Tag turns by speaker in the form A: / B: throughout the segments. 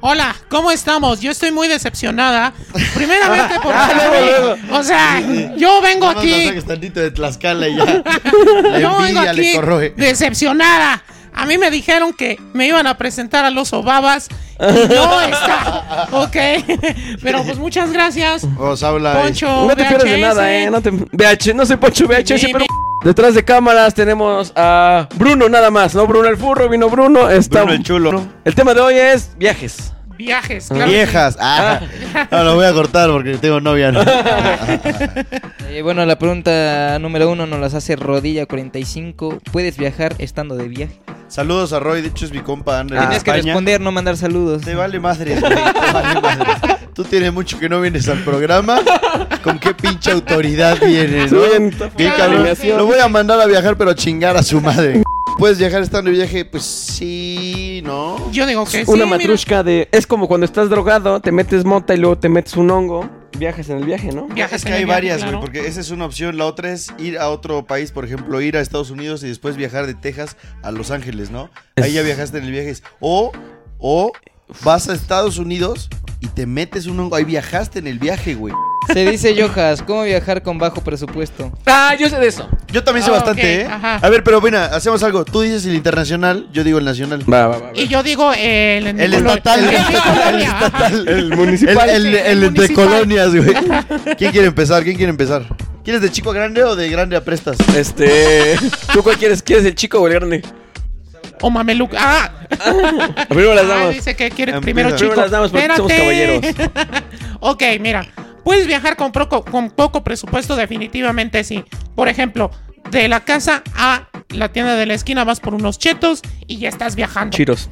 A: Hola, ¿cómo estamos? Yo estoy muy decepcionada. Primeramente porque.
B: Ah,
A: O sea, yo vengo
C: Nada más la
A: aquí.
C: sacas tantito de Tlaxcala y ya. La
A: Yo vengo
C: envidia le
A: aquí
C: corroe.
A: decepcionada. A mí me dijeron que me iban a presentar al oso babas. Y no está. Ok. Pero pues muchas gracias.
C: Os habla.
A: Poncho.
B: No te pierdas de
A: VHS.
B: nada, eh. No te. VH, no soy Poncho VHS,
A: Jimmy.
B: pero. Detrás de cámaras tenemos a Bruno nada más, ¿no? Bruno el furro, vino Bruno, está.
D: Bruno el chulo.
B: El tema de hoy es viajes.
A: Viajes,
C: eh,
A: claro.
C: Viejas. Ah, no, lo voy a cortar porque tengo novia. ¿no?
E: Eh, bueno, la pregunta número uno nos las hace Rodilla45. ¿Puedes viajar estando de viaje?
C: Saludos a Roy. De hecho, es mi compa. Anda en
E: Tienes que
C: España.
E: responder, no mandar saludos.
C: Te vale madres, güey. Te vale madres. Tú tienes mucho que no vienes al programa. ¿Con qué pinche autoridad vienes, no?
B: Sí, bien, está
C: Bien,
A: fuera de
C: cabrón.
B: alineación.
C: Lo voy a mandar a viajar, pero a chingar a su madre. ¿Puedes viajar estando de viaje? Pues sí, ¿no?
A: Yo digo que sí.
B: Una
A: mira.
B: matrushka de. Es como cuando estás drogado, te metes mota y luego te metes un hongo. Viajas en el viaje, ¿no?
A: Viajes
C: es que
A: en el
C: hay
A: viaje,
C: varias, güey,
A: claro.
C: porque esa es una opción. La otra es ir a otro país, por ejemplo, ir a Estados Unidos y después viajar de Texas a Los Ángeles, ¿no? Ahí ya viajaste en el viaje. O, o vas a Estados Unidos y te metes un hongo. Ahí viajaste en el viaje, güey.
E: Se dice Yojas, ¿cómo viajar con bajo presupuesto?
B: Ah, yo sé de eso.
C: Yo también sé
A: Ah,
C: bastante,
A: ok,
C: ¿eh?
A: ajá.
C: A ver, pero mira, hacemos algo. Tú dices el internacional, yo digo el nacional.
B: Va, va, va. va.
A: Y yo digo el, el,
C: El estatal, el
A: el-
C: estatal, el
A: el-
C: estatal.
B: El municipal.
C: El, el-
A: Sí,
C: el
A: el
C: entre
A: municipal.
C: colonias, güey. ¿Quién quiere empezar? ¿Quién quiere empezar? ¿Quieres de chico a grande o de grande a prestas?
B: Este. ¿Tú cuál quieres? ¿Quieres el chico o el grande?
A: O mameluca. Ah,
B: Primero las
A: Ah,
B: damas.
A: dice que quiere
C: Empieza.
A: primero chico.
B: Primero las damas porque somos
A: Espérate. ok, mira. Puedes viajar con poco, con poco presupuesto, definitivamente sí. Por ejemplo, de la casa a la tienda de la esquina vas por unos chetos y ya estás viajando.
B: Chiros.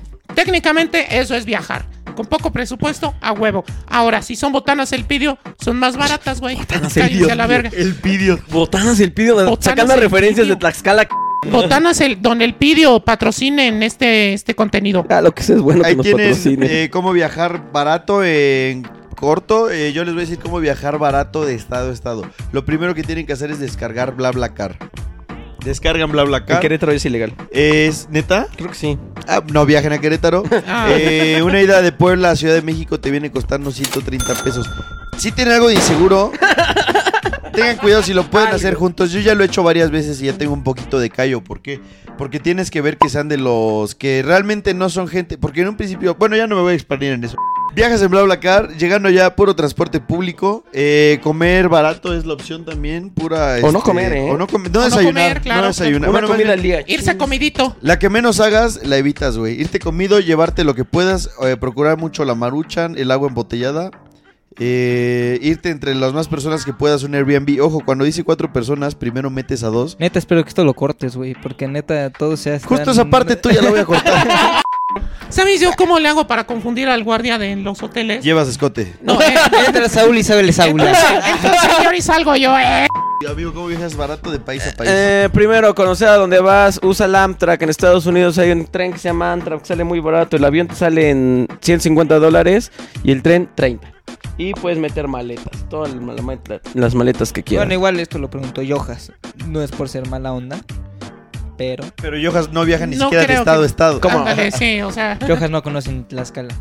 A: Técnicamente eso es viajar. Con poco presupuesto, a huevo. Ahora, si son botanas el pidio, son más baratas, güey.
B: El
A: Cállense
B: Pidio,
A: a la verga.
C: El pidio.
B: Botanas el pidio.
A: Botanas
B: sacando
A: el
B: referencias
A: Pidio.
B: de Tlaxcala. c-
A: Botanas el, don el pidio patrocinen este, este contenido.
B: Ah, lo que sea es bueno que
C: Ahí
B: nos
C: tienen
B: patrocinen.
C: eh, cómo viajar barato en corto. Eh, yo les voy a decir cómo viajar barato de estado a estado. Lo primero que tienen que hacer es descargar BlaBlaCar. Descargan
B: En
C: BlaBlaCar.
B: Querétaro es ilegal.
C: ¿Es neta?
B: Creo que sí.
C: Ah, no viajen a Querétaro.
A: Ah.
C: Eh, una ida de Puebla a Ciudad de México te viene costando 130 pesos. Si tienen algo de inseguro, tengan cuidado si lo pueden hacer juntos. Yo ya lo he hecho varias veces y ya tengo un poquito de callo. ¿Por qué? Porque tienes que ver que sean de los que realmente no son gente. Porque en un principio, bueno, ya no me voy a expandir en eso. Viajes en BlaBlaCar, llegando ya a puro transporte público. eh, comer barato es la opción también. Pura, este,
B: O no comer, ¿eh?
C: O no, comer, no
A: O no
C: desayunar.
A: comer, claro.
C: no desayunar.
B: Una
C: Bueno, más
B: comida
C: bien-
B: al día.
A: Irse a comidito.
C: la que menos hagas, la evitas, güey. Irte comido, llevarte lo que puedas, eh, procurar mucho la maruchan, el agua embotellada. eh, irte entre las más personas que puedas un Airbnb. Ojo, cuando dice cuatro personas, primero metes a dos.
E: Neta, espero que esto lo cortes, güey, porque neta, todo se hace.
C: Justo esa parte tuya la voy a cortar.
A: ¿Sabes yo cómo le hago para confundir al guardia de en los hoteles?
C: Llevas escote.
A: No, eh,
E: Entra Saúl y sabe el Saúl.
A: entonces, entonces yo ahorita salgo yo, eh.
C: Amigo, ¿cómo viajas barato de país a país?
B: Eh, primero, conocer a dónde vas. Usa el Amtrak. En Estados Unidos hay un tren que se llama Amtrak que sale muy barato. El avión te sale en 150 dólares y el tren 30. Y puedes meter maletas. Todas las maletas, las maletas que quieras.
E: Bueno, igual esto lo preguntó Yojas. No es por ser mala onda, pero.
C: Pero Yojas no viaja ni
A: no
C: siquiera de
A: creo
C: estado
A: que-
C: a estado.
B: ¿Cómo?
A: Ándale, sí, o sea.
E: Yojas no conoce ni Tlaxcala.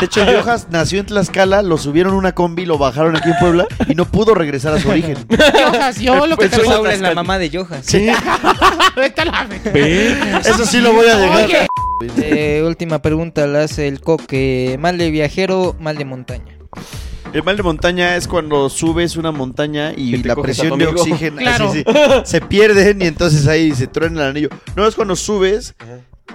C: De hecho, Yojas nació en Tlaxcala, lo subieron a una combi, lo bajaron aquí en Puebla y no pudo regresar a su origen.
A: Yojas, yo lo que
B: Pues
A: te
B: soy
A: puedo
E: Saúl es la
B: Tlaxcala.
E: mamá de Yojas.
A: Vete a la verga.
C: Eso sí lo voy a dejar.
A: Oye,
E: Eh, última pregunta la hace el coque. ¿Mal de viajero, mal de montaña?
C: El mal de montaña es cuando subes una montaña y,
B: Y te
C: la
B: coges a tu
C: presión de
B: amigo.
C: oxígeno
A: Claro.
C: sí, sí, se pierden y entonces ahí se truena el anillo. No es cuando subes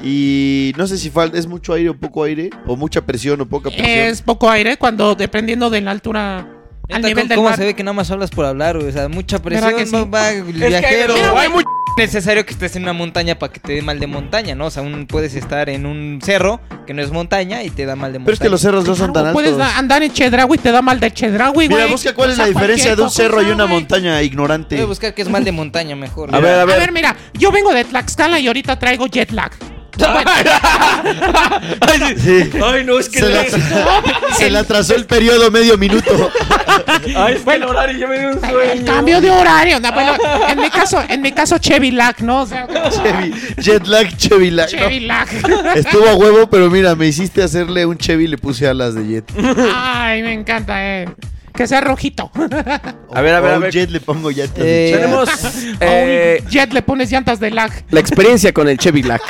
C: y no sé si falta es mucho aire o poco aire o mucha presión o poca presión.
A: es poco aire cuando dependiendo de la altura al
E: Neta,
A: nivel
E: ¿Cómo,
A: del
E: cómo
A: mar.
E: se ve que nada más hablas por hablar? güey? O sea, mucha presión,
A: que sí?
E: no va el viajero.
A: Mira, güey,
E: Es necesario que estés en una montaña para que te dé mal de montaña, ¿no? O sea, un- puedes estar en un cerro que no es montaña y te da mal de montaña.
C: Pero es que los cerros no son
A: claro,
C: tan altos.
A: puedes da- andar en Chedraui te da mal de Chedraui, güey.
C: Mira, busca cuál
A: O
C: es
A: sea,
C: la diferencia
A: cualquier
C: de un
A: cosa,
C: cerro y una
A: güey.
C: montaña
E: Voy a
C: ignorante.
E: buscar que es mal de montaña mejor.
B: A ver, a
A: A
B: ver.
A: ver, mira, yo vengo de Tlaxcala y ahorita traigo jet lag.
B: Ay,
C: Sí.
B: Ay, no, es que
C: Se
B: le-
C: la, tra- se le atrasó el periodo medio minuto.
B: Ay, es que el horario, ya me dio un
A: El,
B: sueño.
A: cambio de horario. no, bueno, en mi caso, en mi caso Chevy Lack, ¿no? O sea,
C: Chevy- jet lag, Chevy lag. ¿no?
A: Chevy Lack.
C: Estuvo a huevo, pero mira, me hiciste hacerle un Chevy y le puse alas de jet.
A: Ay, me encanta, eh. Que sea rojito.
B: A ver, a ver,
C: O
B: a
C: un
B: ver.
C: jet le pongo llantas de
E: Eh,
C: jet.
B: Tenemos eh,
A: A un jet le pones llantas de lag.
B: la experiencia con el Chevy Black.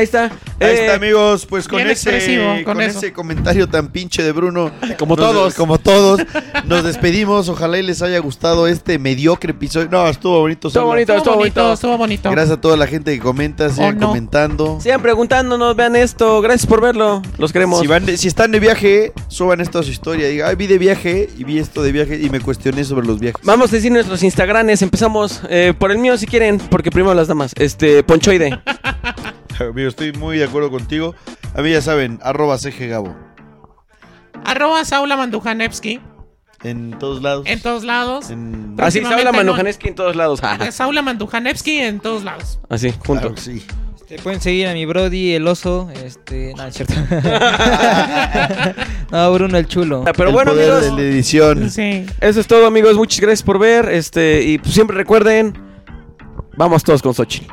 B: Ahí está.
C: Ahí
B: Eh,
C: está, amigos, pues con
A: bien expresivo,
C: ese,
A: con
C: con
A: eso.
C: ese comentario tan pinche de Bruno.
B: Como
C: nos-
B: todos.
C: Como todos. Nos despedimos. Ojalá y les haya gustado este mediocre episodio. No, estuvo bonito.
B: Estuvo
C: solo.
B: bonito.
A: Estuvo
B: bonito.
A: bonito, estuvo bonito.
C: Gracias a toda la gente que comenta, sigan
A: Oh, no.
C: comentando.
B: Sigan preguntándonos, vean esto. Gracias por verlo. Los queremos.
C: Si, van de- si están de viaje, suban esto a su historia. Diga, ay, vi de viaje y vi esto de viaje y me cuestioné sobre los viajes.
B: Vamos a decir nuestros Instagrames. Empezamos eh, por el mío si quieren, porque primero las damas. Este, Ponchoide.
C: Amigo, estoy muy de acuerdo contigo. A mí ya saben, arroba CG Gabo.
A: Arroba Saula Mandujanevsky
C: En todos lados.
A: en todos lados.
C: En-
A: Ah,
B: Así se habla
A: Próximamente no.
B: Manujaneski en todos lados.
A: Eh, Saula Mandujanevsky en todos lados.
B: Así, junto.
C: Claro que Ah, sí.
E: Este, pueden seguir a mi Brody, el oso. Este, no, es cierto. no, Bruno, el chulo.
B: Ah, Pero
C: El
B: bueno,
C: poder
B: amigos,
C: de la edición.
A: Sí.
B: eso es todo, amigos. Muchas gracias por ver. Este, y pues, siempre recuerden, vamos todos con Sochi.